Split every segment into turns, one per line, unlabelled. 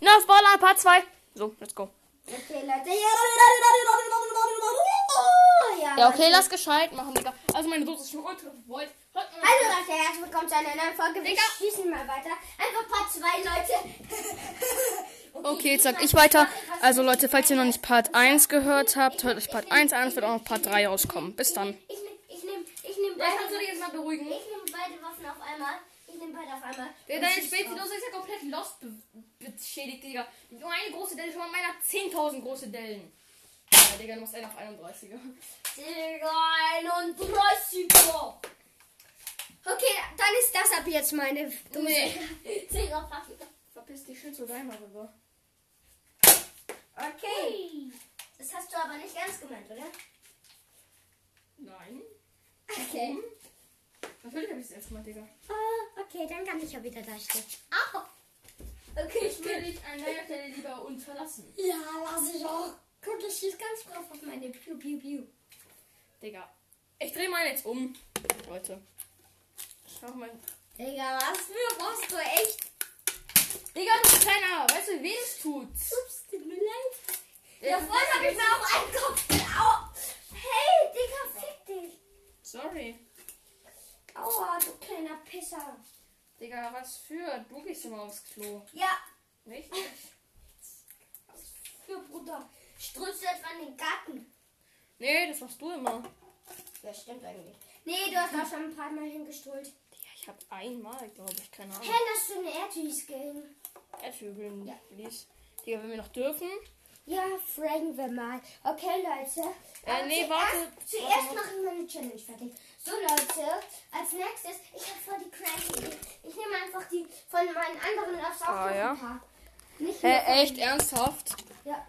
Nerf Ballern Part 2. So, let's go.
Okay, Leute. Oh, Ja,
Ja, okay,
Leute.
lass gescheit machen, Digga. Also meine Dose ist schon ultra voll. Hört mal-
Also Leute, herzlich willkommen zu einer neuen Folge. Wir
Digga.
schießen mal weiter. Einfach Part 2, Leute.
Okay, jetzt sag ich weiter. Also Leute, falls ihr noch nicht Part 1 gehört habt, hört euch Part 1 an, es wird auch noch Part 3 rauskommen. Bis dann.
Ich nehme ich nehm, ich nehm
Ja,
beide,
kannst du dich jetzt mal beruhigen?
ich nehm beide Waffen auf einmal. Ich nehme beide auf einmal.
Der
Und
deine
schieß drauf.
Spezi-Dose ist ja komplett lost be beschädigt, Digga. Nur eine große Delle, schon mal meiner 10.000 große Dellen. Ja, Digga, du machst einen auf 31er.
Digga, 31er. Okay, dann ist das ab jetzt meine Dose.
Nee.
Digga, fuck it.
Verpiss dich schön zu deinem rüber.
Okay. Das hast du aber nicht ernst gemeint, oder?
Nein.
Okay.
Natürlich hab ich es erst mal, Digga.
Ah, okay, dann kann ich ja wieder da stehen. Au. Okay, ich
Ich will
bin...
dich an deiner Stelle lieber uns verlassen.
Ja, lass ich auch. Guck, ich schieß ganz drauf auf meine Piu Piu Piu.
Digga. Ich dreh mal jetzt um. Leute. Ich mach mal.
Digga, was für brauchst du echt?
Digga, du kleiner. Weißt du, wen es tut?
Ups, tut mir leid. Ja,
Ja,
vorhin hab ich mir auch einen Kopf... Au. Hey, Digga, fick dich.
Sorry.
Aua, du kleiner Pisser.
Digga, was für? Du gehst immer aufs Klo.
Ja,
Nicht?
was für Bruder. Strömst du etwa in den Garten?
Nee, das machst du immer.
Das stimmt eigentlich. Nee, du hast auch schon ein paar Mal hingestrollt.
Digga, ich hab einmal, glaube ich, keine
Hey,
Ahnung.
lass du eine Erdhüß gehen.
Erdhügeln
Ja.
ließ. Digga, wenn wir noch dürfen.
Ja, fragen wir mal. Okay, Leute.
Äh,
Aber
nee,
zuerst,
warte.
Zuerst
Warte, warte.
machen wir eine Challenge fertig. So, Leute, als nächstes, ich habe vor die crazy Idee. Ich nehme einfach die von meinen anderen aufs Auto.
Ah, ja. Äh,
ein paar. Nicht nur von-
Hä, echt ernsthaft?
Ja.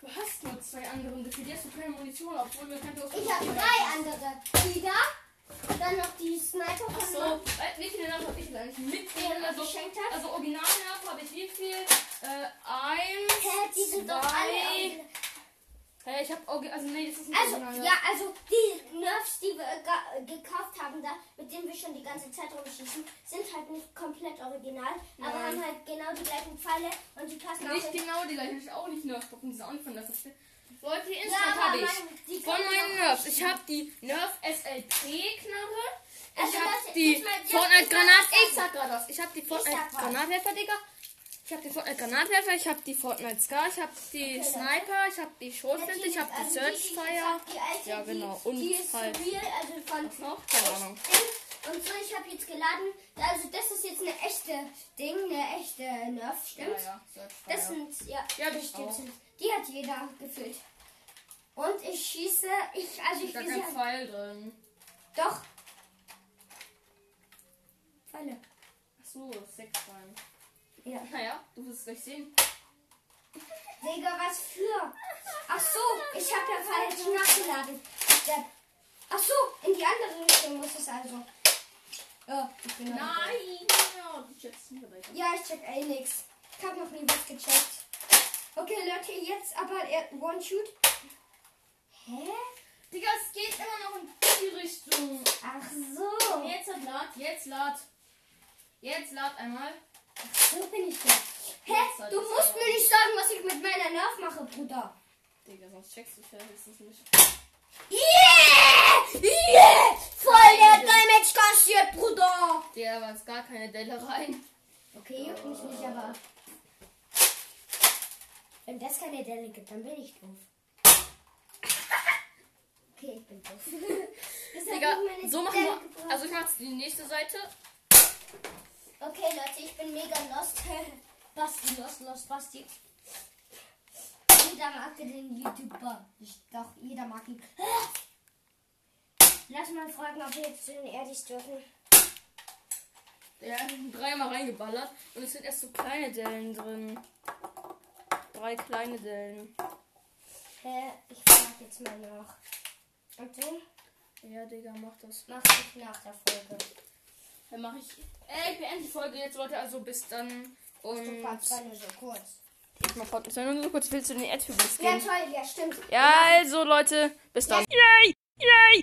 Du hast nur zwei andere und dafür hast du keine Munition, obwohl wir keine Dose
Ich habe drei andere. Die da, dann noch die Sniper von
So,
meinem-
äh, wie viele Nerf habe ich denn eigentlich mit
Die du
drin?
mir
Also,
geschenkt hast.
also original Nerf habe ich wie viel? Äh, eins,
Hä, die sind doch alle.
zwei. Hä, ich habe also nee, das ist nicht
Also,
original.
ja, also die Nerfs, die wir äh, ga- äh, gekauft haben, da, mit denen wir schon die ganze Zeit rumschießen, sind halt nicht komplett original, aber
Nein.
haben halt genau die gleichen Pfeile und die passen auch
Nicht
in-
genau die gleiche, ich auch nicht Nerf bekommen, die sind auch nicht von Nerf. Leute, die
Ja,
Instant
aber
habe ich.
mein- die
Von
kann man
meinen
auch
Nerfs. Ich habe die Nerf SLP-Knarre. Ich
Also das-
habe die
jetzt mal- jetzt mal-
Fortnite-Granat.
jetzt
Ich
mal-
sag gerade was. Ich habe die
sag was.
Fortnite-Granatwerfer, Digga. Ich habe die Fortnite-Granatwerfer. Ich habe die Fortnite-Scar. Ich habe die
Okay,
Sniper. Ich habe die Schrotflinte. Ich habe die
Also
Searchfire.
die, die alte,
Ja, genau. Und
die, die ist
halt.
real, also
Was
von
noch? Keine Ahnung.
Ding. Und so, ich habe jetzt geladen, also das ist jetzt eine echte Ding, eine echte Nerf,
Ja,
stimmt?
ja, Searchfire.
Das sind, ja,
Ja,
das
ich
stimmt.
auch.
Die hat jeder gefühlt. Und ich schieße, ich, also ich
Da
will
ist
sie
kein
halt
Pfeil drin.
Doch. Falle.
Achso, sechs Pfeilen.
Ja.
Naja, du wirst es gleich sehen.
Digga, was für? Ach so, ich hab ja falsch nachgeladen. Der- Ach so, in die andere Richtung muss es also. Oh, ich bin noch-
Nein! Ja, du checkst nicht weiter.
Ja, ich check eh nix. Ich hab noch nie was gecheckt. Okay, Leute, jetzt aber er- One-Shoot. Hä?
Digga, es geht immer noch in die Richtung.
Ach so.
Jetzt hat lad, jetzt lad. Jetzt lad einmal.
So bin ich da. Hä? Du musst mir nicht sagen, was ich mit meiner Nerv mache, Bruder.
Digga, sonst checkst du es ja höchstens nicht.
Yeah! Yeah! Voll der Damage kassiert, Bruder!
Digga, da war jetzt gar keine Delle rein.
Okay, juckt mich nicht, aber. Wenn das keine Delle gibt, dann bin ich doof. Okay, ich bin doof. Das hat
Digga,
nicht meine
so machen
Delle
wir.
gebraucht.
Also ich mach's die nächste Seite.
Okay, Leute, ich bin mega lost. Basti, lost, lost, Basti. Jeder mag den YouTuber. Ich, doch, jeder mag ihn. Lass mal fragen, ob wir jetzt zu den Erdis dürfen.
Der hat dreimal reingeballert und es sind erst so kleine Dellen drin. Drei kleine Dellen.
Hä? Ich frag jetzt mal nach. Und du
Ja, Digga, mach das.
machst dich nach der Folge.
Dann mache ich. Ey, ich beende die Folge jetzt, Leute. Also bis dann. Und
Du kannst zwar nur so kurz.
ich mach Podcast. Nur so kurz willst du den Erdhügel
Ja,
gehen.
toll, ja, stimmt.
Ja, also Leute, bis dann. Yay! Yay!